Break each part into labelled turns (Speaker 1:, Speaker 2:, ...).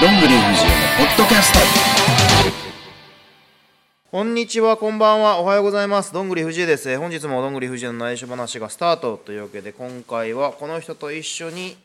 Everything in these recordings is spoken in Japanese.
Speaker 1: どんぐり藤枝のポッドキャスト
Speaker 2: こんにちは、こんばんは、おはようございます。どんぐり藤井です。えー本日もどんぐり藤井の内緒話がスタートというわけで、今回はこの人と一緒に。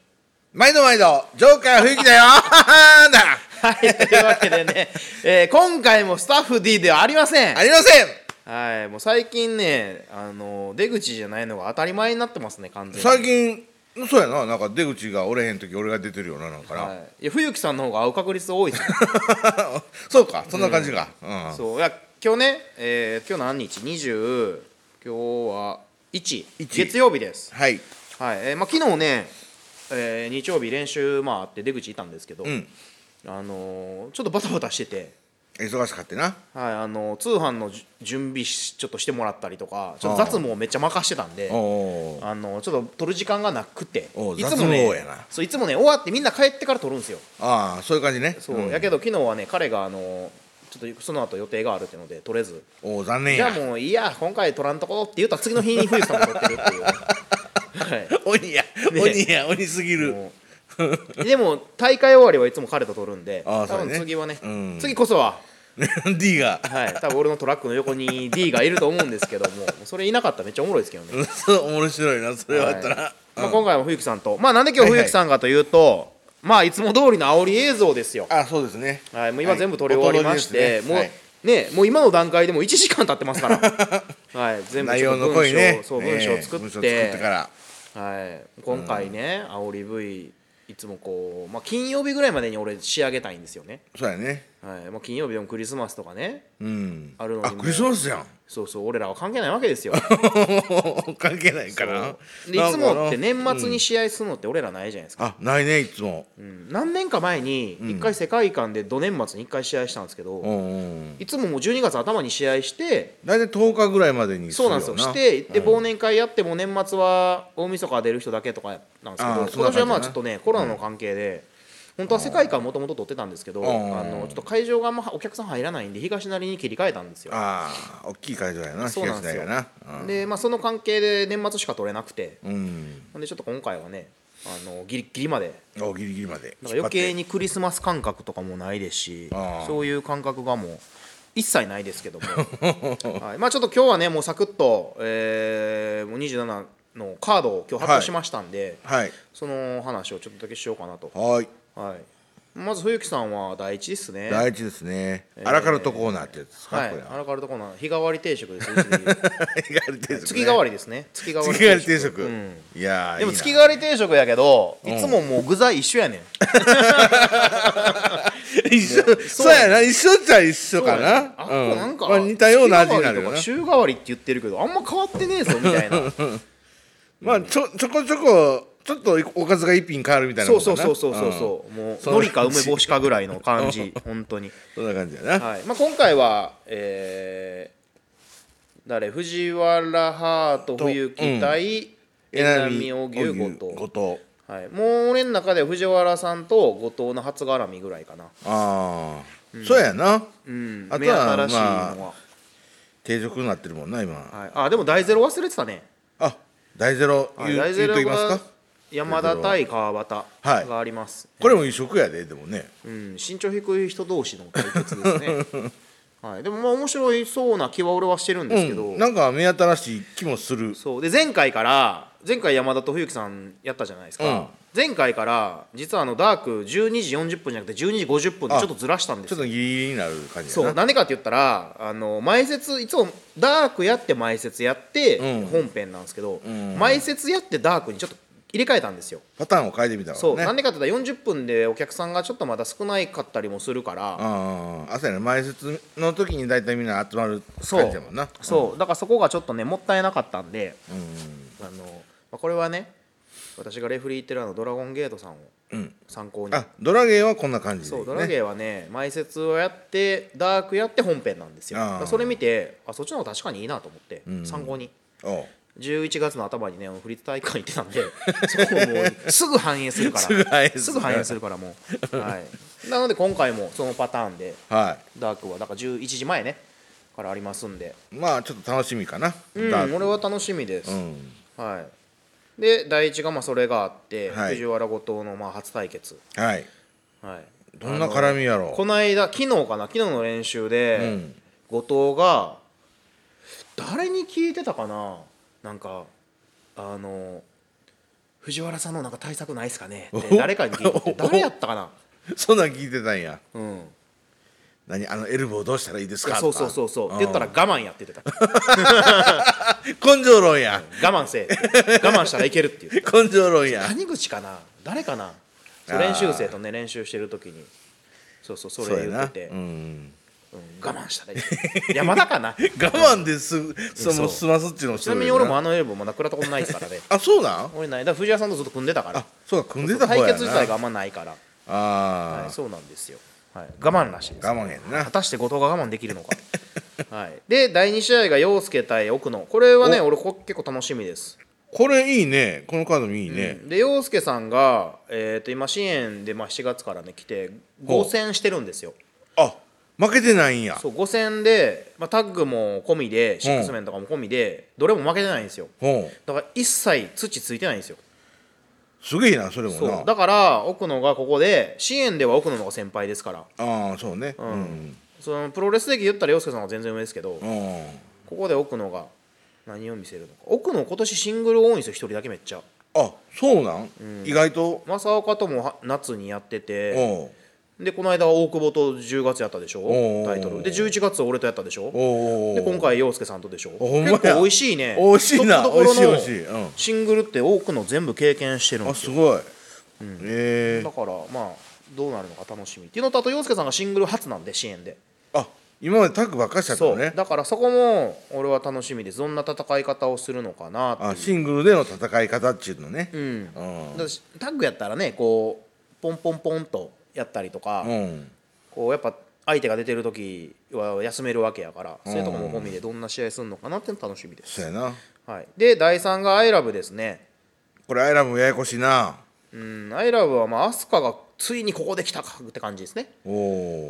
Speaker 3: 毎度毎度、ジョーカー雰囲気だよ だ
Speaker 2: はい、 というわけでね、えー今回もスタッフ D ではありません。
Speaker 3: ありません
Speaker 2: はい、もう最近ね、あの出口じゃないのが当たり前になってますね、完全に。
Speaker 3: 最近、そうやな、なんか出口が折れへん時俺が出てるよな、なんかな。
Speaker 2: はい、いや冬木さんの方が会う確率多いですよ
Speaker 3: そうか、そんな感じか。うん。
Speaker 2: そういや今日ね、えー今日何日 ?20 今日は1
Speaker 3: 一
Speaker 2: 月曜日です
Speaker 3: はい。
Speaker 2: はいえーまあ、昨日ね、えー日曜日練習まああって出口いたんですけど、
Speaker 3: うん。
Speaker 2: あのーちょっとバタバタしてて、
Speaker 3: 忙しかってな。
Speaker 2: はいあのー通販のじゅ準備しちょっとしてもらったりとかちょっと雑務をめっちゃ任してたんで。
Speaker 3: おー
Speaker 2: あのーちょっと取る時間がなくて
Speaker 3: おう
Speaker 2: いつもね
Speaker 3: 雑務やな
Speaker 2: そういつもね終わってみんな帰ってから取るんですよ
Speaker 3: ああ、そういう感じね。
Speaker 2: そう、
Speaker 3: ん
Speaker 2: やけど昨日はね彼があのーちょっとその後予定があるっていうので取れず
Speaker 3: おお残念
Speaker 2: じゃあ
Speaker 3: や。
Speaker 2: もういいや今回取らんとこって言ったら次の日に冬さんも取ってるって いう、はい、
Speaker 3: 鬼や、
Speaker 2: ね
Speaker 3: 鬼や、鬼すぎる。
Speaker 2: もう でも大会終わりはいつも彼と取るんで多
Speaker 3: あーそう
Speaker 2: 分
Speaker 3: ね
Speaker 2: 次はね、
Speaker 3: うん
Speaker 2: 次こそ は、
Speaker 3: D が。
Speaker 2: はい、多分俺のトラックの横に D がいると思うんですけども それいなかったらめっちゃおもろいですけどね、
Speaker 3: そう、面白いな、それはあった
Speaker 2: は
Speaker 3: な。
Speaker 2: まあ、今回も冬木さんとまあなんで今日冬木さんかというと、まあいつも通りの煽り映像ですよ、
Speaker 3: あ、そうですね。
Speaker 2: はい、もう
Speaker 3: は
Speaker 2: 今
Speaker 3: い
Speaker 2: 全部撮り終わりまして、
Speaker 3: お届けですね
Speaker 2: もう、
Speaker 3: はい
Speaker 2: ねもう今の段階でもう1時間経ってます から、はい、全部
Speaker 3: 内
Speaker 2: ちょ
Speaker 3: 容
Speaker 2: っと
Speaker 3: の
Speaker 2: 文
Speaker 3: 濃
Speaker 2: 章
Speaker 3: いね。
Speaker 2: そう
Speaker 3: ね
Speaker 2: 文章を作って,、
Speaker 3: 文章作ってから。
Speaker 2: はい、今回ね、煽り V いつもこう、まあ、金曜日ぐらいまでに俺仕上げたいんですよね、
Speaker 3: そうやね。
Speaker 2: はいまあ、金曜日でもクリスマスとかね
Speaker 3: うん。
Speaker 2: あるのに
Speaker 3: あ、クリスマスじゃん。
Speaker 2: そうそう俺らは関係ないわけですよ
Speaker 3: 関係ないかな
Speaker 2: でいつもって年末に試合するのって俺らないじゃないですか、
Speaker 3: あないねいつも
Speaker 2: うん何年か前に一回世界観でど年末に一回試合したんですけど、
Speaker 3: うんうん
Speaker 2: いつももう12月頭に試合して
Speaker 3: 大体10日ぐらいまでに
Speaker 2: そうなんですよしてで忘年会やっても年末は大晦日出る人だけとかなんですけど
Speaker 3: あーそん
Speaker 2: 今
Speaker 3: な感
Speaker 2: 年
Speaker 3: じ
Speaker 2: は
Speaker 3: だね
Speaker 2: まあちょっとねコロナの関係で、本当は世界観もともと撮ってたんですけど、
Speaker 3: ん
Speaker 2: あのちょっと会場があんまお客さん入らないんで東成に切り替えたんですよ
Speaker 3: ああ大きい会場やな
Speaker 2: そうなんですよ
Speaker 3: 東大やな
Speaker 2: で、まあ、その関係で年末しか撮れなくて
Speaker 3: うんうん
Speaker 2: ほんでちょっと今回はねあのギリギリまで
Speaker 3: おギリギリまで
Speaker 2: だから余計
Speaker 3: に
Speaker 2: にクリスマス感覚とかもないですし
Speaker 3: あー
Speaker 2: そういう感覚がもう一切ないですけ ども、はいまあ、ちょっと今日はねもうサクッと、えーもう27のカードを今日発表しましたんで、
Speaker 3: はい
Speaker 2: その話をちょっとだけしようかなと、
Speaker 3: はい
Speaker 2: はい、まず冬木さんは第一ですね
Speaker 3: 第一ですねアラカルトコーナーってやつです
Speaker 2: は
Speaker 3: か
Speaker 2: い
Speaker 3: これ
Speaker 2: あ
Speaker 3: は
Speaker 2: らかるとこの日替わり定食ですね
Speaker 3: 月替わり定食ね
Speaker 2: 月 替わりですね月替わり
Speaker 3: 月替わり定食
Speaker 2: うん
Speaker 3: いやー
Speaker 2: でも
Speaker 3: いいな
Speaker 2: 月替わり定食やけどいつももう具材一緒やねん
Speaker 3: 一緒
Speaker 2: そう
Speaker 3: そうやな一緒っちゃ一緒かな
Speaker 2: あこ
Speaker 3: うん
Speaker 2: なんか、
Speaker 3: まあ似たような味になるよな
Speaker 2: 月替わりとか週替わりって言ってるけどあんま変わってねえぞみ たいな
Speaker 3: まあちょちょこちょこちょっとおかずが一品変わるみたいな
Speaker 2: そう
Speaker 3: も
Speaker 2: ん
Speaker 3: か
Speaker 2: そうそ
Speaker 3: な
Speaker 2: うそうそうんそうもう
Speaker 3: そんな感
Speaker 2: 海苔
Speaker 3: じ
Speaker 2: か梅干しかぐらいの感じ本当に
Speaker 3: そんな感じやな
Speaker 2: はい、まあ、今回はえー誰藤原ハート冬木対榎並尾牛後
Speaker 3: 後
Speaker 2: 藤、
Speaker 3: 藤
Speaker 2: はい、もう俺の中では藤原さんと後藤の初絡みぐらいかな
Speaker 3: ああ、そうやな
Speaker 2: うん
Speaker 3: あと
Speaker 2: 目
Speaker 3: は
Speaker 2: 新しいのは、
Speaker 3: ま定食になってるもんな今
Speaker 2: はい、あでも大ゼロ忘れてたね
Speaker 3: あ大ゼロ
Speaker 2: は
Speaker 3: 言
Speaker 2: いう大ゼ
Speaker 3: 言う
Speaker 2: ロ
Speaker 3: ときます
Speaker 2: が
Speaker 3: か
Speaker 2: 山田対川端
Speaker 3: はい
Speaker 2: があります、
Speaker 3: これも異色やででもね
Speaker 2: うん、身長低い人同士の対決ですね、 はい、でもまあ面白いそうな気は俺はしてるんですけど、
Speaker 3: うんなんか目新しい気もする
Speaker 2: そうで前回から前回山田と冬木さんやったじゃないですか、
Speaker 3: うん
Speaker 2: 前回から実はあのダーク12時40分じゃなくて12時50分でちょっとずらしたんで
Speaker 3: ちょ
Speaker 2: す
Speaker 3: っ
Speaker 2: よ
Speaker 3: とギリギリになる感じや
Speaker 2: そう
Speaker 3: な
Speaker 2: なんでかって言ったらあの前説いつもダークやって前説やって
Speaker 3: うん
Speaker 2: 本編なんですけど、
Speaker 3: ん
Speaker 2: 前説やってダークにちょっと入れ替えたんですよ
Speaker 3: パターンを変えてみたわ
Speaker 2: そう、
Speaker 3: ね
Speaker 2: なんでかって言ったら40分でお客さんがちょっとまだ少ないかったりもするから、
Speaker 3: ああ朝やね前説の時に大体みんな集まる
Speaker 2: そ
Speaker 3: 感
Speaker 2: う
Speaker 3: じやもんな
Speaker 2: そうだからそこがちょっとねもったいなかったんで、あのまあこれはね私がレフリー言ってるあのドラゴンゲートさんを参考に、
Speaker 3: あドラゲーはこんな感じでいい
Speaker 2: そう
Speaker 3: ね
Speaker 2: ドラゲーはね前説をやってダークやって本編なんですよ
Speaker 3: あー
Speaker 2: だからそれ見てあそっちの方が確かにいいなと思って、参考に
Speaker 3: おう
Speaker 2: 11月の頭にねあのフリーズ大会行ってたんで そこもうすぐ反映するから
Speaker 3: すぐ反映する
Speaker 2: すぐ反映するからもう、はい、なので今回もそのパターンで
Speaker 3: は
Speaker 2: ダークはだから11時前ねからありますんで
Speaker 3: いまあちょっと楽しみかな
Speaker 2: うん、
Speaker 3: ダーク
Speaker 2: 俺は楽しみです、
Speaker 3: うん
Speaker 2: はい、で第一がまあそれがあって、
Speaker 3: はい
Speaker 2: 藤原後藤のまあ初対決、
Speaker 3: はい
Speaker 2: はい、
Speaker 3: どんな絡みやろ
Speaker 2: この間昨日かな昨日の練習で、後藤が誰に聞いてたかななんかあの藤原さんのなんか対策ないですかねって誰かに聞いてて
Speaker 3: お
Speaker 2: 誰やったかな
Speaker 3: そんなん聞いてたんや
Speaker 2: うんい
Speaker 3: 何あのエルボーどうしたらいいです
Speaker 2: や
Speaker 3: か
Speaker 2: そうそうそうそうって
Speaker 3: ん
Speaker 2: 言ったら我慢やって言ってた
Speaker 3: 根性論や
Speaker 2: 我慢せえって我慢したらいけるって言って
Speaker 3: 根性論や
Speaker 2: 谷口かな誰かなそう
Speaker 3: あー
Speaker 2: 練習生とね練習してる時にそうそうそ
Speaker 3: そう
Speaker 2: れ
Speaker 3: や
Speaker 2: 言ってて、
Speaker 3: な、うん、
Speaker 2: うん我慢したらいい山田か な
Speaker 3: 我慢ですそ
Speaker 2: そう
Speaker 3: の済ますっちゅうの
Speaker 2: ちなみに俺も
Speaker 3: あ
Speaker 2: あのエルボーもなくなったことないですからね
Speaker 3: あそうなん
Speaker 2: 俺ないだから藤原さんとずっと組んでたから
Speaker 3: あそうか組んでた方
Speaker 2: 対
Speaker 3: やな
Speaker 2: 決自体があんまないから、
Speaker 3: あ
Speaker 2: はい、
Speaker 3: あ
Speaker 2: そうなんですよ、はい、我慢らしいです
Speaker 3: 我慢やんな
Speaker 2: 果たして後藤が我慢できるのか はいで第2試合が陽介対奥野これはね
Speaker 3: お
Speaker 2: 俺こ結構楽しみです、
Speaker 3: これいいねこのカードもいいね、
Speaker 2: で陽介さんが、えー、と今支援で、まあ、7月からね来て5戦してるんですよ
Speaker 3: あ負けてないんや
Speaker 2: そう5戦で、まあ、タッグも込みでシックスメンとかも込みで、どれも負けてないんですよ
Speaker 3: ほう
Speaker 2: だから一切土ついてないんですよ
Speaker 3: すげえなそれも
Speaker 2: そう
Speaker 3: な
Speaker 2: だから奥野がここで支援では奥野の方が先輩ですから、
Speaker 3: ああそうねうん、うん
Speaker 2: そのプロレス歴言ったら洋介さんは全然上ですけど、ここで奥野が何を見せるのか奥野今年シングル多いんですよ一人だけめっちゃ
Speaker 3: あそうなん、意外と
Speaker 2: 正岡ともは夏にやってて
Speaker 3: おう
Speaker 2: でこの間は大久保と10月やったでしょ
Speaker 3: おう
Speaker 2: タイトルで11月は俺とやったでしょ
Speaker 3: おうおうおう
Speaker 2: で今回洋介さんとでしょ
Speaker 3: ほんまや
Speaker 2: 結構美味しいね
Speaker 3: 美味しいな
Speaker 2: ところどころの
Speaker 3: 美味しい美味しいうん
Speaker 2: シングルって奥野全部経験してるん
Speaker 3: あ
Speaker 2: です
Speaker 3: す
Speaker 2: よ
Speaker 3: ごい、ええ
Speaker 2: だからまあどうなるのか楽しみっていうのとあと洋介さんがシングル初なんで支援で
Speaker 3: あ今までタッグばっかりしちゃった
Speaker 2: そ
Speaker 3: の
Speaker 2: う
Speaker 3: ね
Speaker 2: だからそこも俺は楽しみですどんな戦い方をするのかなっていう
Speaker 3: あシングルでの戦い方っていうのねう
Speaker 2: うん
Speaker 3: ん
Speaker 2: だしタッグやったらねこうポンポンポンとやったりとか、
Speaker 3: うん
Speaker 2: こうやっぱ相手が出てる時は休めるわけやから、そういうとこも込みでどんな試合するのかなっていうの楽しみです、
Speaker 3: そうやな
Speaker 2: はい、で第3が「アイラブですね
Speaker 3: これアイラブややこしいな
Speaker 2: うん「アイラブはまあ飛鳥がついにここで来たかって感じですね、
Speaker 3: お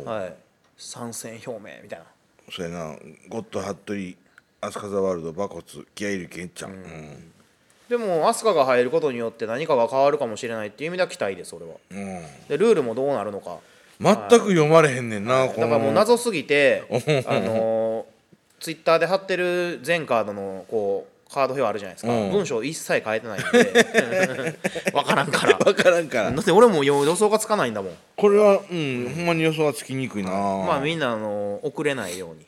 Speaker 3: お、
Speaker 2: はい、参戦表明みたいな
Speaker 3: そうやなゴッドハットリ飛鳥ザワールド馬骨気合い入れけんちゃん、うん
Speaker 2: でも飛鳥が入ることによって何かが変わるかもしれないっていう意味では期待です俺は
Speaker 3: うん
Speaker 2: でルールもどうなるのか
Speaker 3: 全く読まれへんねんな、
Speaker 2: だ
Speaker 3: こ
Speaker 2: か
Speaker 3: の
Speaker 2: らも う謎すぎてあのツイッターで貼ってる全カードのこうカード表あるじゃないですか、
Speaker 3: うん
Speaker 2: 文章一切変えてないん で分からんからだ
Speaker 3: 分からんから
Speaker 2: って俺も予想がつかないんだもん
Speaker 3: これはうん、ほんまに予想はつきにくいな、
Speaker 2: まあみんなあの遅れないように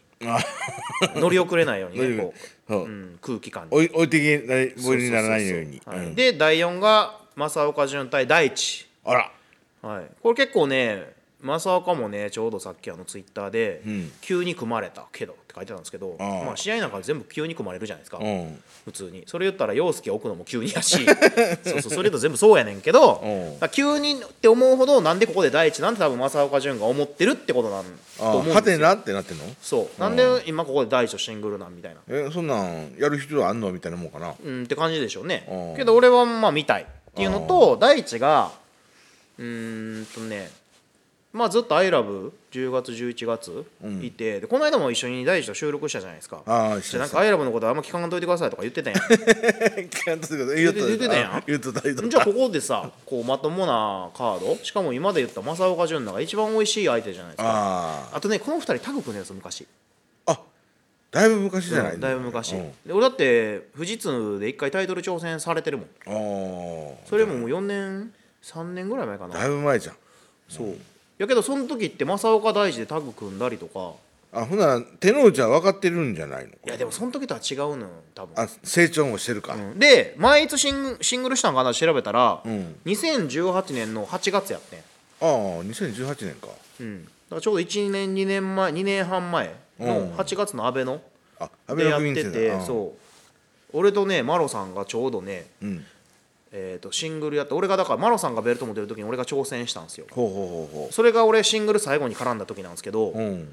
Speaker 2: 乗り遅れ ないようにねこう、
Speaker 3: そう
Speaker 2: うん、空気感に
Speaker 3: おい置いてけないぼりにならないように
Speaker 2: そうそうそうはい
Speaker 3: うん
Speaker 2: で第4が正岡潤対大地、
Speaker 3: あら
Speaker 2: はい、これ結構ね正岡もねちょうどさっきあのツイッターで
Speaker 3: ん
Speaker 2: 「急に組まれたけど」って書いてたんですけど、
Speaker 3: ああ
Speaker 2: まあ、試合なんか全部急に組まれるじゃないですか、
Speaker 3: うん
Speaker 2: 普通にそれ言ったら陽介置くのも急にやし そうそうそれと全部そうやねんけ ど
Speaker 3: うん
Speaker 2: だから急にって思うほどなんでここで第一なんて多分正岡潤が思ってるってことなんと
Speaker 3: あ
Speaker 2: 思うん
Speaker 3: は
Speaker 2: で
Speaker 3: て
Speaker 2: すよ
Speaker 3: なってなってんの
Speaker 2: そうなんで今ここで第一とシングルなんみたいな
Speaker 3: えそんなんやる必要あんのみたいなもんかな
Speaker 2: うんって感じでしょうね
Speaker 3: うん
Speaker 2: けど俺はまあ見たいっていうのと第一がうーんとねまあずっと「アイラブ10月11月いて、でこの間も一緒に第一と収録したじゃないですか
Speaker 3: ああ
Speaker 2: でなんか「アイラブのことあんま聞かんといてくださいとか言って たやん
Speaker 3: 言うと
Speaker 2: 言うてたやん
Speaker 3: 言うとった言うとった
Speaker 2: じゃあここでさこうまともなカードしかも今で言った正岡潤奈が一番美味しい相手じゃないですかあ
Speaker 3: あ
Speaker 2: とねこの二人タグ組んでるんですよ昔
Speaker 3: ああだいぶ昔じゃない
Speaker 2: だいぶ昔
Speaker 3: うん
Speaker 2: で俺だって富士通で一回タイトル挑戦されてるもん
Speaker 3: あー
Speaker 2: それももう4年3年ぐらい前かな
Speaker 3: だいぶ前じゃん
Speaker 2: そうやけどその時って正岡大地でタグ組んだりとか
Speaker 3: あほんなら手の内は分かってるんじゃないの
Speaker 2: いやでもその時とは違うのよ多分
Speaker 3: あ成長もしてるか
Speaker 2: うんで毎月シンシングルしたんかな調べたら、
Speaker 3: ん
Speaker 2: 2018年の8月やってん
Speaker 3: ああ2018年か
Speaker 2: うん、だからちょうど1年2年前2年半前
Speaker 3: う
Speaker 2: の
Speaker 3: ん
Speaker 2: 8月の安倍の
Speaker 3: あ安
Speaker 2: で
Speaker 3: 倍
Speaker 2: やっ
Speaker 3: 国民
Speaker 2: ててそう俺とねマロさんがちょうどね、
Speaker 3: うん、うん、
Speaker 2: えー、とシングルやって俺がだからマロさんがベルト持ってる時に俺が挑戦したんですよ
Speaker 3: ほうほうほ
Speaker 2: それが俺シングル最後に絡んだ時なんですけど、
Speaker 3: うほううん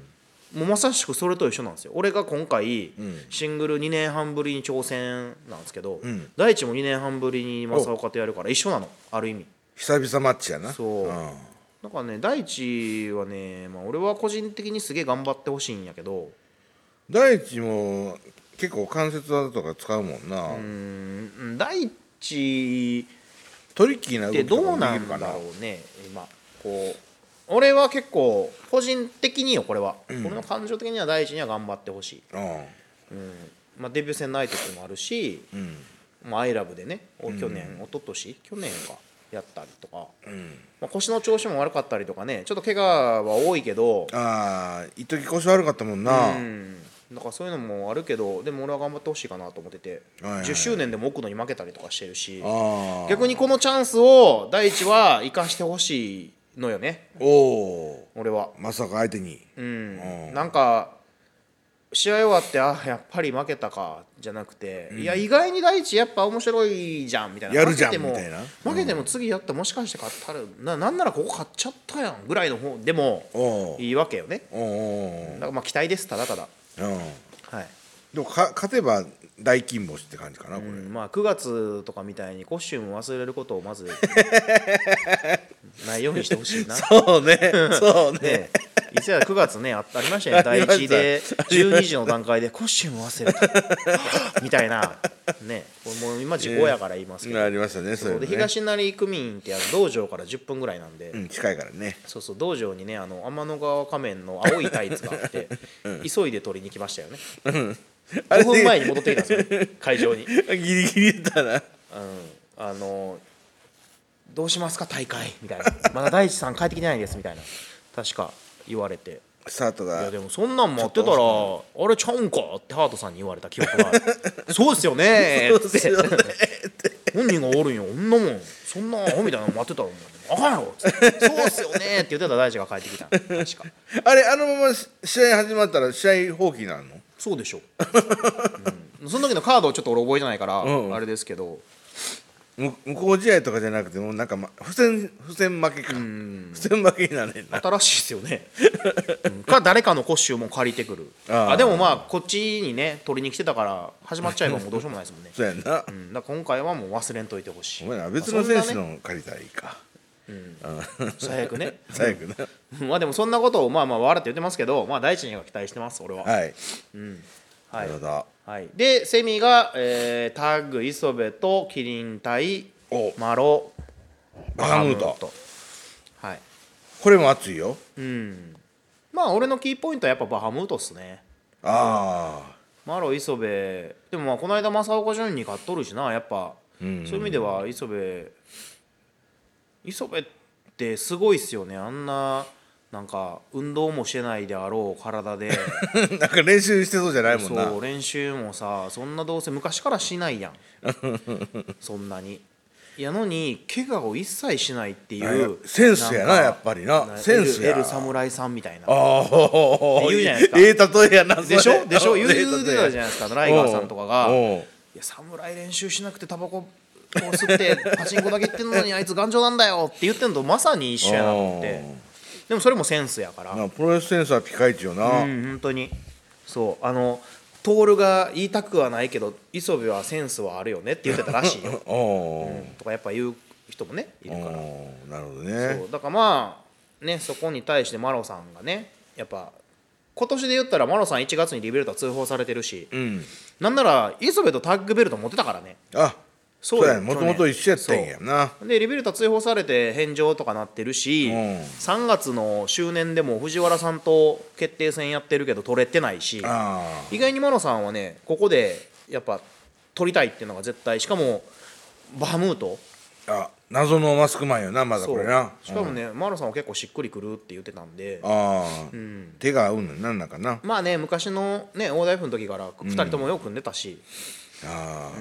Speaker 2: もうまさしくそれと一緒なんですよ俺が今回、
Speaker 3: ん
Speaker 2: シングル2年半ぶりに挑戦なんですけど、
Speaker 3: ん
Speaker 2: 大地も2年半ぶりに正岡とやるから一緒なのある意味
Speaker 3: 久々マッチやな
Speaker 2: そう
Speaker 3: あ
Speaker 2: だからね大地はね、まあ、俺は個人的にすげえ頑張ってほしいんやけど
Speaker 3: 大地も結構関節技とか使うもんな、
Speaker 2: うん大地
Speaker 3: トリッキーな
Speaker 2: っ
Speaker 3: 動
Speaker 2: て
Speaker 3: きとか
Speaker 2: ど
Speaker 3: も
Speaker 2: う
Speaker 3: で
Speaker 2: なん
Speaker 3: きる
Speaker 2: だ
Speaker 3: かな
Speaker 2: ろうね今こう俺は結構個人的によこれは、俺の感情的には第一には頑張ってほしい、
Speaker 3: うん
Speaker 2: まあ、デビュー戦の相手っていうのもあるし「
Speaker 3: うん
Speaker 2: まあ、アイラブでね俺去年、一昨年去年かやったりとか、
Speaker 3: うん
Speaker 2: まあ、腰の調子も悪かったりとかねちょっと怪我は多いけど
Speaker 3: ああ一時腰悪かったもんな、
Speaker 2: うんだからそういうのもあるけどでも俺は頑張ってほしいかなと思ってて、
Speaker 3: はいはい
Speaker 2: 10周年でも奥野に負けたりとかしてるし
Speaker 3: ああ
Speaker 2: 逆にこのチャンスを大地は生かしてほしいのよね
Speaker 3: おお
Speaker 2: 俺は
Speaker 3: まさか相手に
Speaker 2: うん
Speaker 3: うん
Speaker 2: なんか試合終わってあやっぱり負けたかじゃなくて、いや意外に大地やっぱ面白いじゃんみたいな
Speaker 3: やるじゃん
Speaker 2: 負けても
Speaker 3: みたいな
Speaker 2: 負けても次やったらもしかして勝ったるななんならここ勝っちゃったやんぐらいの方でも
Speaker 3: おう
Speaker 2: いいわけよね
Speaker 3: お
Speaker 2: だ
Speaker 3: うおう
Speaker 2: からまあ期待ですただただ
Speaker 3: おううん
Speaker 2: はい
Speaker 3: でもか勝てば大金星って感じかなこれ、
Speaker 2: うんまあ、9月とかみたいにコスチューム忘れることを まずないようにしてほしいな。
Speaker 3: そうねそう
Speaker 2: ねいつや9月ねあありましたよね
Speaker 3: あり
Speaker 2: 第
Speaker 3: ました
Speaker 2: 1で12時の段階でコスチューム忘れ たみたいなねこれもう今時効やから言いますけど、
Speaker 3: ありましたねそ
Speaker 2: そうで
Speaker 3: れね東、
Speaker 2: 東成区民ってあの道場から10分ぐらいなんで、
Speaker 3: うん、近いからね
Speaker 2: そうそう道場にねあの天の川仮面の青いタイツがあって、急いで取りに来ましたよね
Speaker 3: あれ
Speaker 2: 5分前に戻ってきたんです よ会場に。
Speaker 3: ギリギリだな
Speaker 2: うん、あのどうしますか大会みたいなまだ大地さん帰ってきてないですみたいな確か言われて
Speaker 3: スタート
Speaker 2: い
Speaker 3: が
Speaker 2: やでもそんなん待ってたらあれちゃうんかってハートさんに言われた記憶があ るそうですよねーって本人がおるんよ女もんそんなアホみたいなの待ってたらもうあかんやろっつってそうっすよねーって言ってた大地が帰ってきたの確か
Speaker 3: あれあのままし試合始まったら試合放棄なの
Speaker 2: そうでしょ、うん、その時のカードをちょっと俺覚えてないから、
Speaker 3: うん
Speaker 2: あれですけど
Speaker 3: む無効試合とかじゃなくてもうなんか、ま、不戦不戦負けか不戦負けになれんな
Speaker 2: 新しい ですよね、うんか誰かのコッシュも借りてくる
Speaker 3: あー
Speaker 2: あでもまあこっちにね取りに来てたから始まっちゃえばもうどうしようもないですもんね、
Speaker 3: そうやんな
Speaker 2: うん、だから今回はもう忘れんといてほし
Speaker 3: お
Speaker 2: い
Speaker 3: 前ら別の選手の借りたらいいか
Speaker 2: そんなね最悪ね
Speaker 3: 最悪な
Speaker 2: うんまあでもそんなことをまあまあ笑って言ってますけどまあ第一には期待してます俺ははい、
Speaker 3: はいな
Speaker 2: はい
Speaker 3: るほど
Speaker 2: でセミが、えータッグ磯部とキリン対
Speaker 3: お
Speaker 2: マロ
Speaker 3: バハムート
Speaker 2: はい
Speaker 3: これも熱いよ
Speaker 2: うんまあ俺のキーポイントはやっぱバハムートっすね
Speaker 3: あ
Speaker 2: マロ磯部でもまあこの間正岡順に勝っとるしなやっぱ、
Speaker 3: んうん
Speaker 2: そういう意味では磯部磯部ってすごいっすよねあんななんか運動もしてないであろう体で
Speaker 3: あなんか練習してそうじゃないもんな
Speaker 2: そう練習もさそんなどうせ昔からしない やんそんなにやのに怪我を一切しないっていう
Speaker 3: あセンスやなん
Speaker 2: か
Speaker 3: やっぱりなセンスや
Speaker 2: エルエル侍さんみたいな
Speaker 3: ああ
Speaker 2: 言うじゃないですか
Speaker 3: ええ例えやな それ
Speaker 2: でしょでしょ言う
Speaker 3: ええ例え
Speaker 2: 言うてたじゃないですかライガーさんとかが
Speaker 3: おうお
Speaker 2: い
Speaker 3: う
Speaker 2: や侍練習しなくてタバコを吸ってパチンコだけ行ってんのにあいつ頑丈なんだよって言ってんのとまさに一緒やなと思ってでもそれもセンスやから
Speaker 3: なプロレスセンスはピカイチよな、
Speaker 2: うん本当にそうあの徹が言いたくはないけど磯部はセンスはあるよねって言ってたらしいよ
Speaker 3: おお
Speaker 2: とかやっぱ言う人もねいる
Speaker 3: ー、
Speaker 2: から
Speaker 3: おーなるほどね
Speaker 2: そうだからまあねそこに対してマロさんがねやっぱ今年で言ったらマロさん1月にリベルトは通報されてるし
Speaker 3: うん
Speaker 2: なんなら磯部とタッグベルト持ってたからね
Speaker 3: あ
Speaker 2: そ
Speaker 3: そうや
Speaker 2: よ
Speaker 3: もともと一緒やったんやな
Speaker 2: そうでリベルタ追放されて返上とかなってるし、
Speaker 3: うん
Speaker 2: 3月の周年でも藤原さんと決定戦やってるけど取れてないし
Speaker 3: あ
Speaker 2: 意外にマロさんはねここでやっぱ取りたいっていうのが絶対しかもバハムート
Speaker 3: ーあ謎のマスクマンよなまだこれな
Speaker 2: しかもね、マロさんは結構しっくりくるって言ってたんで
Speaker 3: ああ、手が合うのなんなんかな
Speaker 2: まあね昔のね大台風の時から2人ともよく組んでたし、
Speaker 3: ああ、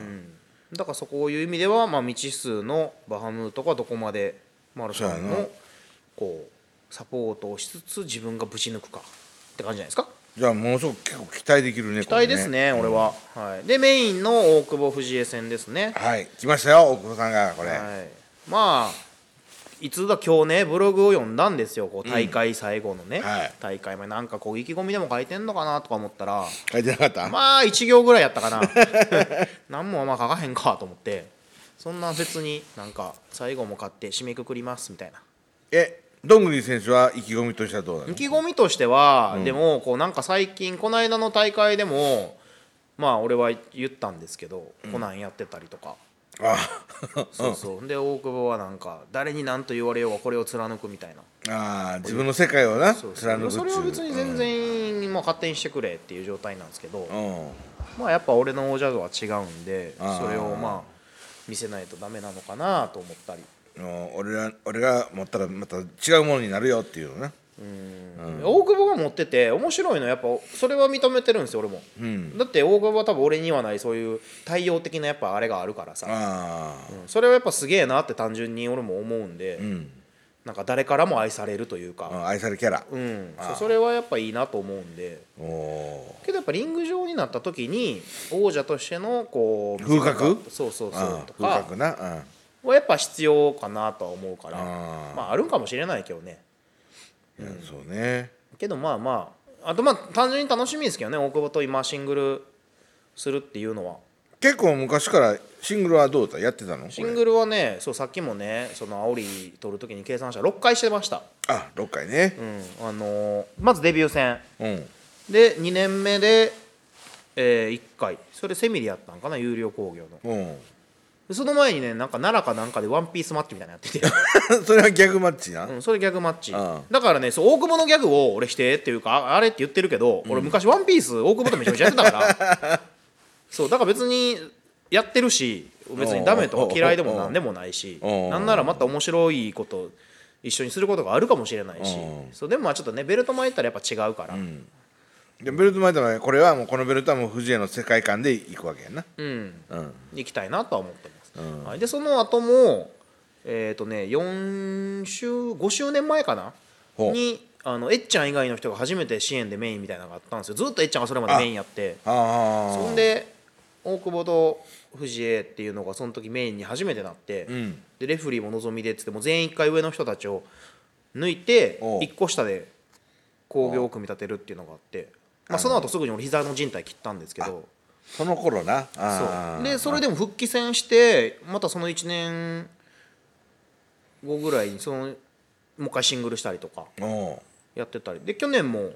Speaker 2: だからそういう意味では、まあ、未知数のバハムートがどこまでマルさん
Speaker 3: そうやな
Speaker 2: のこうサポートをしつつ自分がぶち抜くかって感じじゃないですか
Speaker 3: じゃあものすごく結構期待できるね期
Speaker 2: 期待ですね俺は、はい、でメインの大久保藤江戦ですね、
Speaker 3: はい来ましたよ大久保さんがこれ、
Speaker 2: はい、まあいつだ今日ねブログを読んだんですよこう大会最後のね、
Speaker 3: はい
Speaker 2: 大会前なんかこう意気込みでも書いてんのかなとか思ったら
Speaker 3: 書いてなかった、
Speaker 2: まあ1行ぐらいやったかな 何もまあ書かへんかと思ってそんな別になんか最後も買って締めくくりますみたいな
Speaker 3: えどんぐり選手は意気込みとしてはどうなの
Speaker 2: 意気込みとしては、でもこうなんか最近この間の大会でもまあ俺は言ったんですけど、コナンやってたりとか
Speaker 3: あ
Speaker 2: そうそうで大久保はなんか誰に何と言われようがこれを貫くみたいな
Speaker 3: あー自分の世界をな
Speaker 2: そうそう
Speaker 3: 貫くっちゅ
Speaker 2: それは別に全
Speaker 3: い
Speaker 2: 然、もう勝手にしてくれっていう状態なんですけど、
Speaker 3: うん、うん
Speaker 2: まあやっぱ俺の王者度は違うんで
Speaker 3: あー
Speaker 2: それをまあ見せないとダメなのかなと思ったり、
Speaker 3: うん俺ら俺が持ったらまた違うものになるよっていうのね
Speaker 2: 大久保が持ってて面白いのはやっぱそれは認めてるんですよ俺も、
Speaker 3: うん
Speaker 2: だって大久保は多分俺にはないそういう対応的なやっぱあれがあるからさ、
Speaker 3: ああ
Speaker 2: うんそれはやっぱすげえなって単純に俺も思うんで、
Speaker 3: うん、
Speaker 2: なんか誰からも愛されるという
Speaker 3: う
Speaker 2: か、
Speaker 3: ん、愛されキャラ、
Speaker 2: うん
Speaker 3: あー
Speaker 2: そうそれはやっぱいいなと思うんで
Speaker 3: おお
Speaker 2: けどやっぱリング上になった時に王者としてのこう
Speaker 3: 風格
Speaker 2: そうそう
Speaker 3: ー
Speaker 2: そう
Speaker 3: うん
Speaker 2: と
Speaker 3: 風
Speaker 2: か
Speaker 3: 格な、うん、
Speaker 2: はやっぱ必要かなとは思うから
Speaker 3: あー
Speaker 2: まああるんかもしれないけどね
Speaker 3: いやそうね
Speaker 2: けどまあまああとまあ単純に楽しみですけどね大久保と今シングルするっていうのは
Speaker 3: 結構昔からシングルはどうだやってたの
Speaker 2: シングルはねそうさっきもねその煽り取る時に計算した6回してました、
Speaker 3: これあ6回ね
Speaker 2: うんあのーまずデビュー戦
Speaker 3: うん
Speaker 2: で2年目で、え1回それセミリやったんかな有料工業の
Speaker 3: うん、
Speaker 2: でその前にねなんか奈良かなんかでワンピースマッチみたいなのやっ てて、
Speaker 3: それはギャグマッチな、
Speaker 2: うん、それギャグマッチ
Speaker 3: あ
Speaker 2: だからねそう大久保のギャグを俺否定っていうかああれって言ってるけど、俺昔ワンピース大久保とめちゃめちゃやってたから そうだから別にやってるし別にダメとか嫌いでもなんでもないし
Speaker 3: おう
Speaker 2: なんならまた面白いこと一緒にすることがあるかもしれないし
Speaker 3: お
Speaker 2: そうでもまあちょっとねベルト巻いたらやっぱ違うから、うん
Speaker 3: でベルト巻いたらこれはもうこのベルトはもう藤江の世界観でいくわけやなうん
Speaker 2: 行きたいなとは思ってます、はい、でその後もえっ、とね4週5周年前かな
Speaker 3: ほう
Speaker 2: にあのえっちゃん以外の人が初めて支援でメインみたいなのがあったんですよずっとえっちゃんがそれまでメインやって
Speaker 3: ああ
Speaker 2: そんで大久保と藤江っていうのがその時メインに初めてなって、
Speaker 3: ん
Speaker 2: でレフェリーも望みでっつってもう全員1回上の人たちを抜いて
Speaker 3: おう
Speaker 2: 1個下で工業を組み立てるっていうのがあって、まあ、その後すぐに俺膝の靭帯切ったんですけど。
Speaker 3: その頃なあ
Speaker 2: そう
Speaker 3: ー
Speaker 2: でそれでも復帰戦してまたその1年後ぐらいにそのもう一回シングルしたりとか
Speaker 3: おう
Speaker 2: やってたりで去年も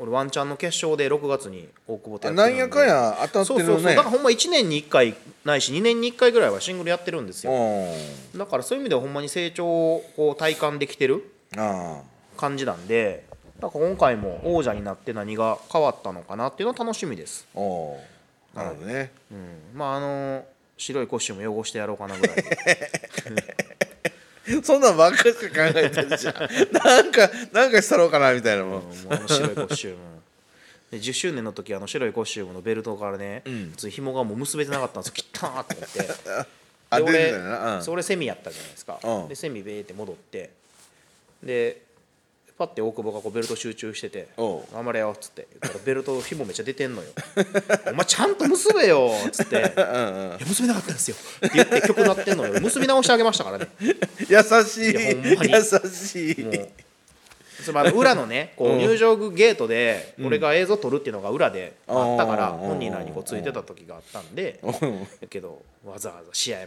Speaker 2: 俺ワンチャンの決勝で6月に大久保と
Speaker 3: あ
Speaker 2: やって
Speaker 3: な
Speaker 2: る
Speaker 3: ん
Speaker 2: で
Speaker 3: やかんや当たっ
Speaker 2: そう
Speaker 3: て
Speaker 2: そう
Speaker 3: る
Speaker 2: そう
Speaker 3: ね
Speaker 2: だからほんま1年に1回ないし2年に1回ぐらいはシングルやってるんですよ
Speaker 3: う
Speaker 2: だからそういう意味ではほんまに成長をこう体感できてる
Speaker 3: んあ
Speaker 2: 感じなんでだから今回も王者になって何が変わったのかなっていうのは楽しみです
Speaker 3: あおうなるほどね
Speaker 2: まああの白いコスチューム汚してやろうかなぐらい
Speaker 3: そんなんばっかしか考えてるじゃん なんかなんかしたろうかなみたいなもん
Speaker 2: もうあの白いコスチュームで10周年の時あの白いコスチュームのベルトからね、普通に紐がもう結べてなかったんですよ切ったなと思って
Speaker 3: あ
Speaker 2: で
Speaker 3: 出て
Speaker 2: 俺
Speaker 3: たよなうん
Speaker 2: そう俺セミやったじゃないですか、
Speaker 3: うん
Speaker 2: でセミベーって戻ってでパッて大久保がこうベルト集中してて
Speaker 3: おう
Speaker 2: 頑張れよ」っつって言ったらベルト紐めっちゃ出てんのよ 「お前ちゃんと結べよ」っ つって「いや結べなかったんですよ」って言って曲鳴ってんのよ結び直してあげましたからね
Speaker 3: 優しい
Speaker 2: いやほんまに
Speaker 3: 優しい
Speaker 2: もうそのあの裏の ねこう入場ゲートで俺が映像撮るっていうのが裏であったから
Speaker 3: うん
Speaker 2: 本人らにこうついてた時があったんで
Speaker 3: ん
Speaker 2: だけどわざわざ試合前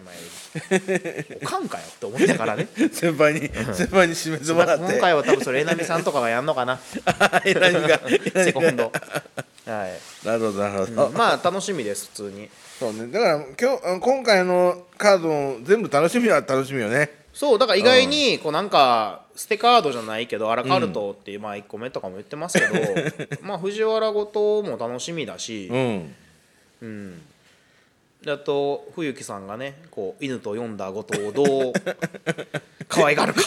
Speaker 2: におかんかよって思いなが らね
Speaker 3: 先輩に先輩に締めても
Speaker 2: だからら
Speaker 3: って
Speaker 2: 今回は多分それえなみさんとかがやんのか な
Speaker 3: えらいが
Speaker 2: セコンドはい
Speaker 3: なるほどなるほど、
Speaker 2: まあ楽しみです普通に
Speaker 3: そうねだから今日あ今回のカードも全部楽しみは楽しみよね
Speaker 2: そうだから意外にこうなんかステカードじゃないけどアラカルトっていうまあ1個目とかも言ってます けどまあ藤原ごとも楽しみだし
Speaker 3: うん
Speaker 2: あと冬木さんがねこう犬と読んだことをどう可愛が るか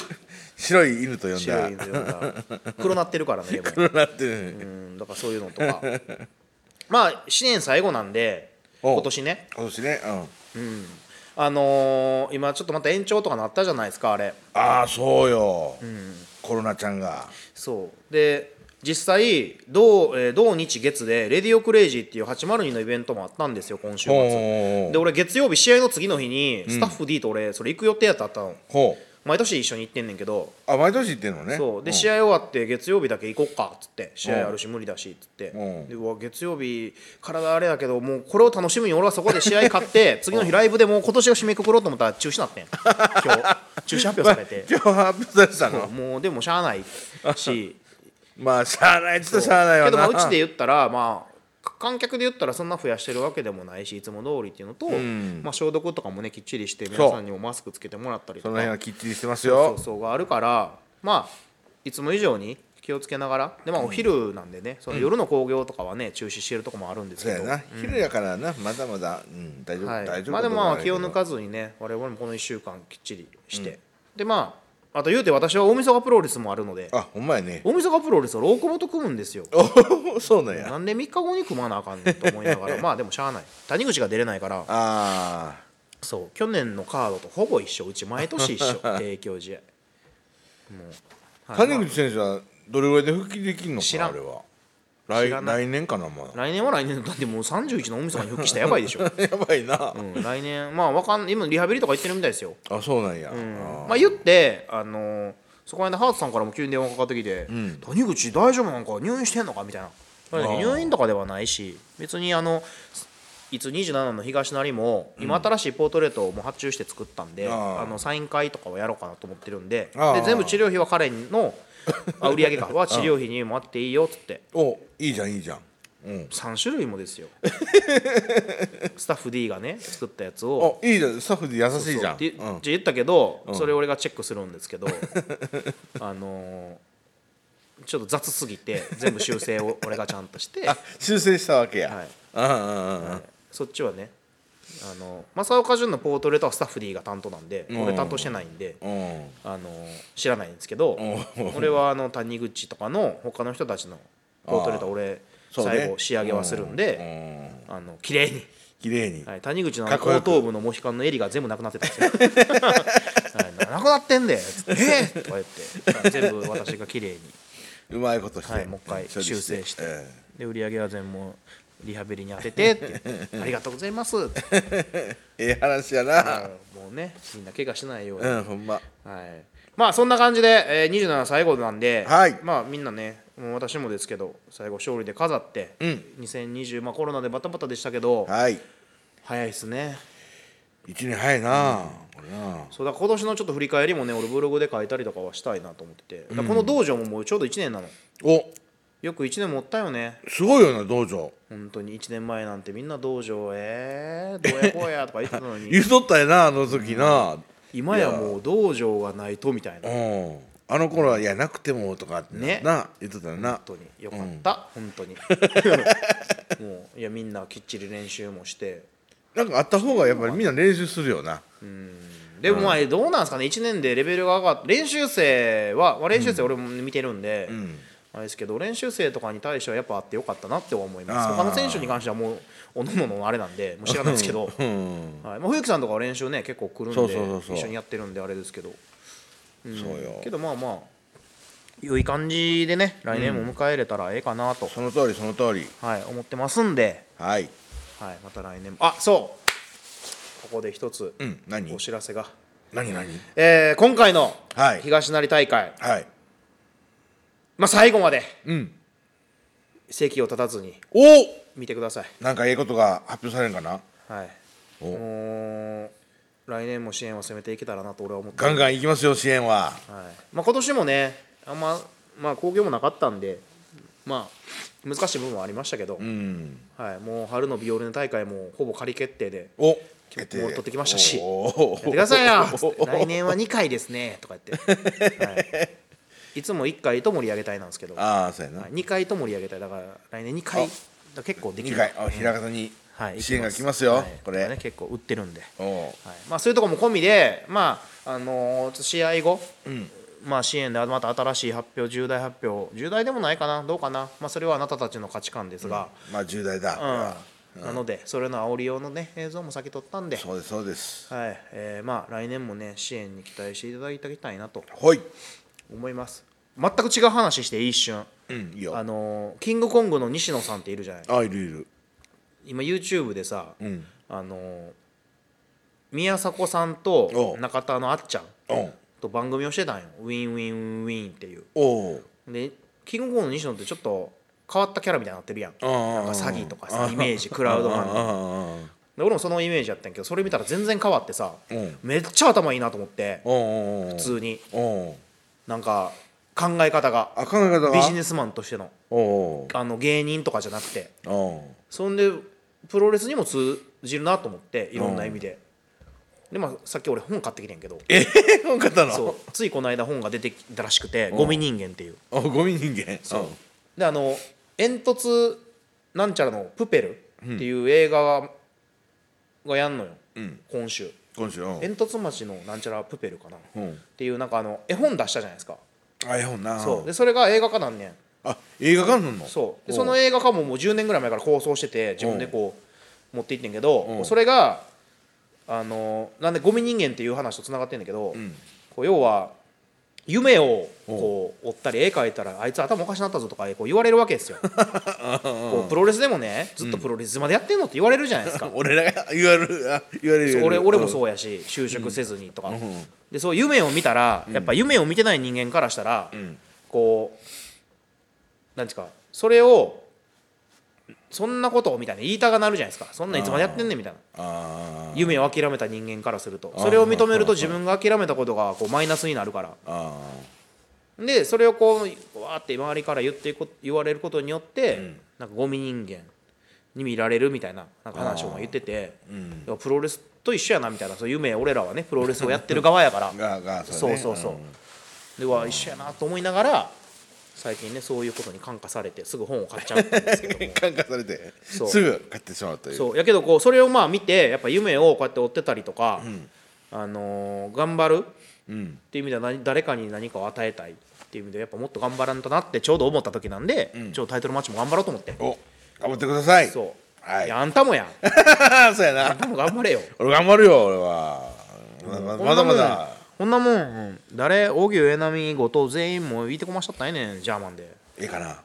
Speaker 3: 白い犬と呼ん
Speaker 2: 白
Speaker 3: だ
Speaker 2: い犬と読んだ黒なってるから ねでも
Speaker 3: 黒なってる、
Speaker 2: うんだからそういうのとかまあ新年最後なんで
Speaker 3: おう
Speaker 2: 今年ね
Speaker 3: 今年ねうん
Speaker 2: あのー今ちょっとまた延長とかなったじゃないですかあれ
Speaker 3: ああそうよ、コロナちゃんが
Speaker 2: そうで実際同,、えー同日月で「レディオクレイジー」っていう802のイベントもあったんですよ今週
Speaker 3: ほう
Speaker 2: 末で俺月曜日試合の次の日にスタッフ D と俺それ行く予定やったったの
Speaker 3: ほう
Speaker 2: 毎年一緒に行ってんねんけど
Speaker 3: あ毎年行ってんのね
Speaker 2: そうで、
Speaker 3: ん
Speaker 2: 試合終わって月曜日だけ行こっかっつって試合あるし無理だしっつって
Speaker 3: うん
Speaker 2: でうわ月曜日体あれやけどもうこれを楽しみに俺はそこで試合勝って 次の日ライブでもう今年を締めくくろうと思ったら中止なってん今日中止発表され て
Speaker 3: 今日発表されてたの
Speaker 2: もうでもしゃあ ないし
Speaker 3: まあしゃあないっつったらしゃあない
Speaker 2: け
Speaker 3: わ
Speaker 2: どま
Speaker 3: な
Speaker 2: あうちで言ったらまあ観客で言ったらそんな増やしてるわけでもないしいつも通りっていうのと、
Speaker 3: ん
Speaker 2: まあ、消毒とかもねきっちりして
Speaker 3: う
Speaker 2: 皆さんにもマスクつけてもらったり
Speaker 3: そ
Speaker 2: と
Speaker 3: の
Speaker 2: か
Speaker 3: 辺はきっちりしてます
Speaker 2: そう
Speaker 3: よ
Speaker 2: そうがあるからまあいつも以上に気をつけながらでまあお昼なんでねその夜の興行とかはね中止してるとこもあるんです
Speaker 3: そう
Speaker 2: け
Speaker 3: や
Speaker 2: ど、
Speaker 3: な昼やからなまだまだうん大丈夫
Speaker 2: は
Speaker 3: 大
Speaker 2: い
Speaker 3: 丈夫
Speaker 2: まあでもまあ気を抜
Speaker 3: っ
Speaker 2: かずにね我々もこの1週間きっちりして、でまああと言うて私は大晦日プロレスもあるので
Speaker 3: あほんまやね
Speaker 2: 大晦日プロレスは大久保と組むんですよ
Speaker 3: おそうなんや
Speaker 2: なんで3日後に組まなあかんねんと思いな がらまあでもしゃあない谷口が出れないから
Speaker 3: あ
Speaker 2: そう去年のカードとほぼ一緒うち毎年一 緒提供試合
Speaker 3: あ
Speaker 2: もう、はい
Speaker 3: 谷口選手はどれぐらいで復帰できんの
Speaker 2: 知
Speaker 3: か
Speaker 2: ん
Speaker 3: らあれは
Speaker 2: 知らな
Speaker 3: 来来年かなま
Speaker 2: 来年は来年だってもう31の大晦日に復帰したらやばいでしょ、
Speaker 3: だ やばいな
Speaker 2: うん、来年まあわかん今リハビリとか行ってるみたいですよ
Speaker 3: あそうなんや
Speaker 2: まあ言ってあのーそこら辺でハートさんからも急に電話かかってきて「谷口大丈夫なんか入院してんのか?」みたいな
Speaker 3: ー
Speaker 2: 入院とかではないし別にあのいつ27の東成も今新しいポートレートをもう発注して作ったんで、
Speaker 3: あー
Speaker 2: あのサイン会とかをやろうかなと思ってるんで
Speaker 3: あー
Speaker 2: で全部治療費は彼のあ売り上 げかは治療費にもあっていいよっつって
Speaker 3: おいいじゃんいいじゃんうん
Speaker 2: 3種類もです よスタッフ D がね作ったやつを
Speaker 3: おいいじゃんスタッフで優しいじゃん
Speaker 2: って
Speaker 3: うん
Speaker 2: じゃあ言ったけど、それ俺がチェックするんです けどあのーちょっと雑すぎて全部修正 を俺がちゃんとして、
Speaker 3: あ修正したわけや
Speaker 2: はい
Speaker 3: うんうんうんうん
Speaker 2: そっちはねあの正岡潤のポートレートはスタッフ D が担当なんで、
Speaker 3: ん
Speaker 2: 俺担当してないんで、
Speaker 3: うん
Speaker 2: あのー知らないんですけど、
Speaker 3: うん
Speaker 2: 俺はあの谷口とかの他の人たちのポートレートは俺
Speaker 3: そうね
Speaker 2: 最後仕上げはするん
Speaker 3: う
Speaker 2: で、
Speaker 3: んうん
Speaker 2: あの綺麗に。
Speaker 3: 綺麗に
Speaker 2: はい、谷口のあ
Speaker 3: か
Speaker 2: の
Speaker 3: っこよ
Speaker 2: 後
Speaker 3: く
Speaker 2: 頭部のモヒカンの襟が全部なくなってたんですよ。はい、 ななくなってんで、つ ってえーとか言って、全部私が綺麗に、
Speaker 3: うまいことして
Speaker 2: はい、もう一回
Speaker 3: ん処理
Speaker 2: 修正して、
Speaker 3: え
Speaker 2: で売り上げは全部リハビリに当ててって言って、 ありがとうございますって。
Speaker 3: えええ話やな
Speaker 2: もうね、みんな怪我しないように。
Speaker 3: うんほんま
Speaker 2: はい、まあそんな感じで、えー、27最後なんで、
Speaker 3: はい
Speaker 2: まあみんなねもう私もですけど最後勝利で飾って、
Speaker 3: うん
Speaker 2: 2020、まあ、コロナでバタバタでしたけど、
Speaker 3: はい
Speaker 2: 早いですね
Speaker 3: 一年早いなこれな
Speaker 2: そうだから今年のちょっと振り返りもね俺ブログで書いたりとかはしたいなと思っててだからこの道場ももうちょうど1年なの
Speaker 3: お
Speaker 2: よく1年もったよね
Speaker 3: すごいよな道場
Speaker 2: 本当に1年前なんてみんな道場えー、どうやこうやとか言ってたの に
Speaker 3: 言うとったやなあの時な
Speaker 2: 今やもう道場がないとみたいな
Speaker 3: う
Speaker 2: 本
Speaker 3: んあの頃はいやなくてもとかって
Speaker 2: ね
Speaker 3: な言っとったよな
Speaker 2: 当によかった、本当にもういやみんなきっちり練習もして
Speaker 3: なんかあった方がやっぱりみんな練習するよな
Speaker 2: でもまあどうなんですかね1年でレベルが上がって練習生は、まあ、練習生俺も見てるんで、あれですけど練習生とかに対してはやっぱあってよかったなって思います
Speaker 3: あー
Speaker 2: 他の選手に関してはもうおのののあれなんでもう知らないですけど、
Speaker 3: うん
Speaker 2: はいまあ、冬木さんとかは練習ね結構来るんで
Speaker 3: そうそうそうそう
Speaker 2: 一緒にやってるんであれですけど
Speaker 3: そうよ
Speaker 2: けどまあまあ良い感じでね来年も迎えれたらええかなと、
Speaker 3: その通りその通り
Speaker 2: はい、思ってますんで、
Speaker 3: はい
Speaker 2: はい、また来年もあそうここで一つ
Speaker 3: うん何
Speaker 2: お知らせが、
Speaker 3: 何何
Speaker 2: えー今回の
Speaker 3: はい
Speaker 2: 東成大会、
Speaker 3: はい
Speaker 2: まあ、最後まで
Speaker 3: うん
Speaker 2: 席を立たずに
Speaker 3: お
Speaker 2: 見てください、
Speaker 3: なんかええことが発表されんかな
Speaker 2: はい、
Speaker 3: お
Speaker 2: もう来年も支援を攻めていけたらなと俺は思って
Speaker 3: ガンガンいきますよ支援は
Speaker 2: はいまあ、今年もねあんま、まあ、興行もなかったんで、まあ、難しい部分はありましたけど、
Speaker 3: うん
Speaker 2: はい、もう春のビオレの大会もほぼ仮決定で
Speaker 3: お
Speaker 2: 決定もう取ってきましたし
Speaker 3: おー
Speaker 2: 「やってくださいよ!」つって「来年は2回ですね」とか言って、はい、いつも1回と盛り上げたいなんですけど、は、
Speaker 3: ああそうやない
Speaker 2: 2回と盛り上げたいだから来年2回だから結構でき
Speaker 3: 二
Speaker 2: る
Speaker 3: 回あ平方に
Speaker 2: はい、
Speaker 3: 支援が来ますよ
Speaker 2: はい
Speaker 3: こ
Speaker 2: ね、
Speaker 3: れ
Speaker 2: 結構売ってるんで、はい
Speaker 3: お
Speaker 2: まあ、そういうとこも込みで、まああのー試合後、まあ、支援でまた新しい発表重大発表重大でもないかなどうかな、まあ、それはあなたたちの価値観ですが、
Speaker 3: まあ重大だ
Speaker 2: う
Speaker 3: これ
Speaker 2: ん
Speaker 3: は
Speaker 2: なのでそれの煽り用の、ね、映像も先撮ったんで、
Speaker 3: そうですそうです
Speaker 2: はいえーまあ、来年も、ね、支援に期待していただきたいなと
Speaker 3: ほい
Speaker 2: 思います全く違う話していい一瞬、
Speaker 3: うんいいよ
Speaker 2: あのーキングコングの西野さんっているじゃない
Speaker 3: あいるいる
Speaker 2: 今 YouTube でさ、
Speaker 3: うん
Speaker 2: あのー宮迫さんと
Speaker 3: おう
Speaker 2: 中田のあっちゃん
Speaker 3: おう
Speaker 2: と番組をしてたんよウィンウィンウィンっていう
Speaker 3: おう
Speaker 2: でキングコングの西野ってちょっと変わったキャラみたいになってるやん
Speaker 3: ああ
Speaker 2: なんか詐欺とかさイメージクラウドファンディング
Speaker 3: ああ
Speaker 2: で俺もそのイメージやったんやけどそれ見たら全然変わってさ
Speaker 3: うん
Speaker 2: めっちゃ頭いいなと思って
Speaker 3: おうおうおう
Speaker 2: 普通に
Speaker 3: おう
Speaker 2: なんか考え方が
Speaker 3: あ考え方が
Speaker 2: ビジネスマンとしての
Speaker 3: おう
Speaker 2: あの芸人とかじゃなくて
Speaker 3: おう
Speaker 2: そんでプロレスにも通じるなと思っていろんな意味で、でまあさっき俺本買ってきてんけど
Speaker 3: ええ本買ったの
Speaker 2: そうついこの間本が出てきたらしくて「ゴミ人間」っていう
Speaker 3: あゴミ人間
Speaker 2: そうであの煙突なんちゃらの「プペル」っていう映画ががやんのよ、
Speaker 3: ん
Speaker 2: 今週
Speaker 3: 今週うん
Speaker 2: 煙突町のなんちゃらプペルかな、
Speaker 3: うん
Speaker 2: っていうなんかあの絵本出したじゃないですか、
Speaker 3: あ絵本な
Speaker 2: そうでそれが映画化なんねん
Speaker 3: あ映画館なんの
Speaker 2: そうで
Speaker 3: お
Speaker 2: その映画化ももう10年ぐらい前から構想してて自分でこう持っていってんけ
Speaker 3: う
Speaker 2: ど
Speaker 3: ん
Speaker 2: それがあのなんでゴミ人間っていう話とつながってんだけど、こう要は夢をこう追ったり絵描いたらあいつ頭おかしなったぞとかこう言われるわけですよ こうプロレスでもねずっとプロレスまでやってんのって言われるじゃないですか、
Speaker 3: 俺らが言われるあ言われる
Speaker 2: そう
Speaker 3: 言わ
Speaker 2: 俺
Speaker 3: れる
Speaker 2: 俺も
Speaker 3: う
Speaker 2: そ
Speaker 3: ん
Speaker 2: うやし就職せずにとか、でそう夢を見たら、やっぱ夢を見てない人間からしたら、こうなんていうかそれをそんなことみたいな言いたがなるじゃないですかそんなんいつまでやってんねんみたいな
Speaker 3: あー
Speaker 2: 夢を諦めた人間からするとそれを認めると自分が諦めたことがこうマイナスになるから
Speaker 3: あ
Speaker 2: でそれをこうわーって周りから言っていこ言われることによって、なんかゴミ人間に見られるみたいななんか話を言ってて、だからプロレスと一緒やなみたいなそういう夢俺らはねプロレスをやってる側や から
Speaker 3: ーがが
Speaker 2: そう,、
Speaker 3: ね
Speaker 2: そうそうでは一緒やなと思いながら最近ねそういうことに感化されてすぐ本を買っちゃったん ですけど
Speaker 3: うん感化されて
Speaker 2: そう
Speaker 3: すぐ買ってしまうという
Speaker 2: そうやけどこうそれをまあ見てやっぱ夢をこうやって追ってたりとか、あのー頑張る
Speaker 3: うん
Speaker 2: っていう意味では何誰かに何かを与えたいっていう意味でやっぱもっと頑張らんとなってちょうど思った時なんで、ちょっとタイトルマッチも頑張ろうと思って、
Speaker 3: お頑張ってください
Speaker 2: そう、
Speaker 3: はい
Speaker 2: いやあんたもや
Speaker 3: そうやな
Speaker 2: あんたも頑張れよ
Speaker 3: 俺頑張るよ俺はま まだまだ
Speaker 2: こんなもんこんなもん誰荻上波後藤全員もういてこましちゃったんやねんジャーマンで
Speaker 3: ええかな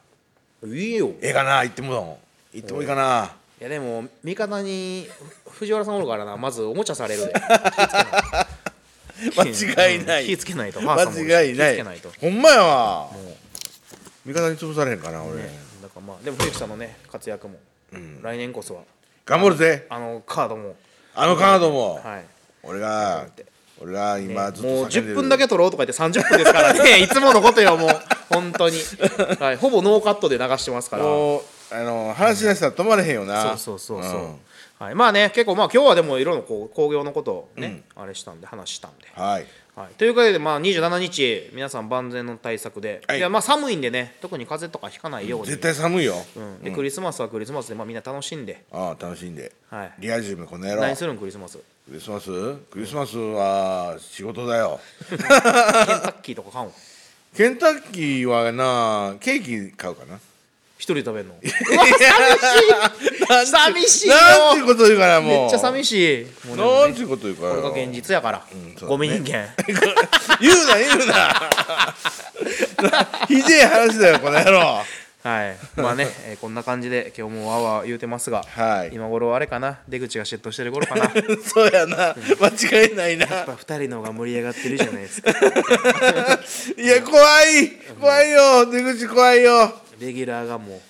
Speaker 3: い
Speaker 2: いよ
Speaker 3: ええかな言ってもだもん言ってもいいかない
Speaker 2: やでも味方にふ藤原さんおるからなまずおもちゃされるで
Speaker 3: 間違いない
Speaker 2: うん気ぃつけないとマーさんもおるし
Speaker 3: 間違いな
Speaker 2: 気ぃつけ
Speaker 3: い
Speaker 2: ないと
Speaker 3: ほんまやわ味方に潰されへんかな俺
Speaker 2: ねだからまあでも藤木さんのね活躍も、来年こそは
Speaker 3: 頑張るぜ
Speaker 2: あのカードも
Speaker 3: あのカードも
Speaker 2: はい
Speaker 3: 俺が俺が今ずっと
Speaker 2: もう
Speaker 3: 叫んでる
Speaker 2: 10分だけ取ろうとか言って30分です からねいつものことよもう本当に、はい、ほぼノーカットで流してますからそ
Speaker 3: もうあの話し出したら止まれへんよな
Speaker 2: うそうそうそう、はい、まあね結構まあ今日はでもいろいろこう工業のことをね、あれしたんで話したんで
Speaker 3: うんはい
Speaker 2: はい、ということで、まあ、27日皆さん万全の対策で、
Speaker 3: はい
Speaker 2: い、やまあ寒いんでね特に風邪とかひかないように
Speaker 3: 絶対寒いよ
Speaker 2: うん、でクリスマスはクリスマスで、まあ、みんな楽しんで、
Speaker 3: ああ楽しんで
Speaker 2: はい、
Speaker 3: リア充めこの野郎
Speaker 2: 何するんクリスマス
Speaker 3: クリスマスクリスマスは仕事だよ
Speaker 2: ケンタッキーとか買うん
Speaker 3: ケンタッキーはなケーキ買うかな
Speaker 2: 一人で食べるのうわ寂しい寂しいよ
Speaker 3: なんてこと言うからもう
Speaker 2: めっちゃ寂
Speaker 3: し
Speaker 2: しいもうでも
Speaker 3: なんてこと言うから
Speaker 2: これが現実やから、
Speaker 3: んそうだね
Speaker 2: ゴミ人間
Speaker 3: 言うな言うな ひでえ話だよこの野郎
Speaker 2: はいまあね、えーこんな感じで今日もわーわー言うてますが、
Speaker 3: はい
Speaker 2: 今頃あれかな出口が嫉妬してる頃 かなやっ
Speaker 3: そうやな間違いないな
Speaker 2: ぱ二人の方が盛り上がってるじゃないですか
Speaker 3: いや怖い怖いよ出口怖いよ
Speaker 2: レギュラーがも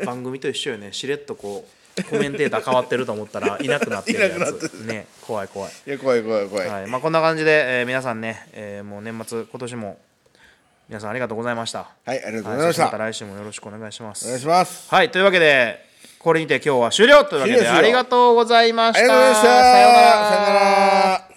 Speaker 2: う 番組と一緒よねしれっとこうコメンテーター変わってると思った らいなくなってるやつ
Speaker 3: いなくなって
Speaker 2: ね怖い怖い、
Speaker 3: いや怖い怖い怖い、
Speaker 2: はいまあ、こんな感じで、えー皆さんね、えーもう年末今年も皆さんありがとうございました
Speaker 3: はいありがとうございました
Speaker 2: はそてまた来週もよろしくお願いしま
Speaker 3: お願い
Speaker 2: す
Speaker 3: します
Speaker 2: はいというわけでこれにて今日は終了というわけ
Speaker 3: 終
Speaker 2: で
Speaker 3: 了ですよ
Speaker 2: ありがとうございま
Speaker 3: あ
Speaker 2: し
Speaker 3: り
Speaker 2: た
Speaker 3: がとうございました
Speaker 2: さようなら
Speaker 3: さようなら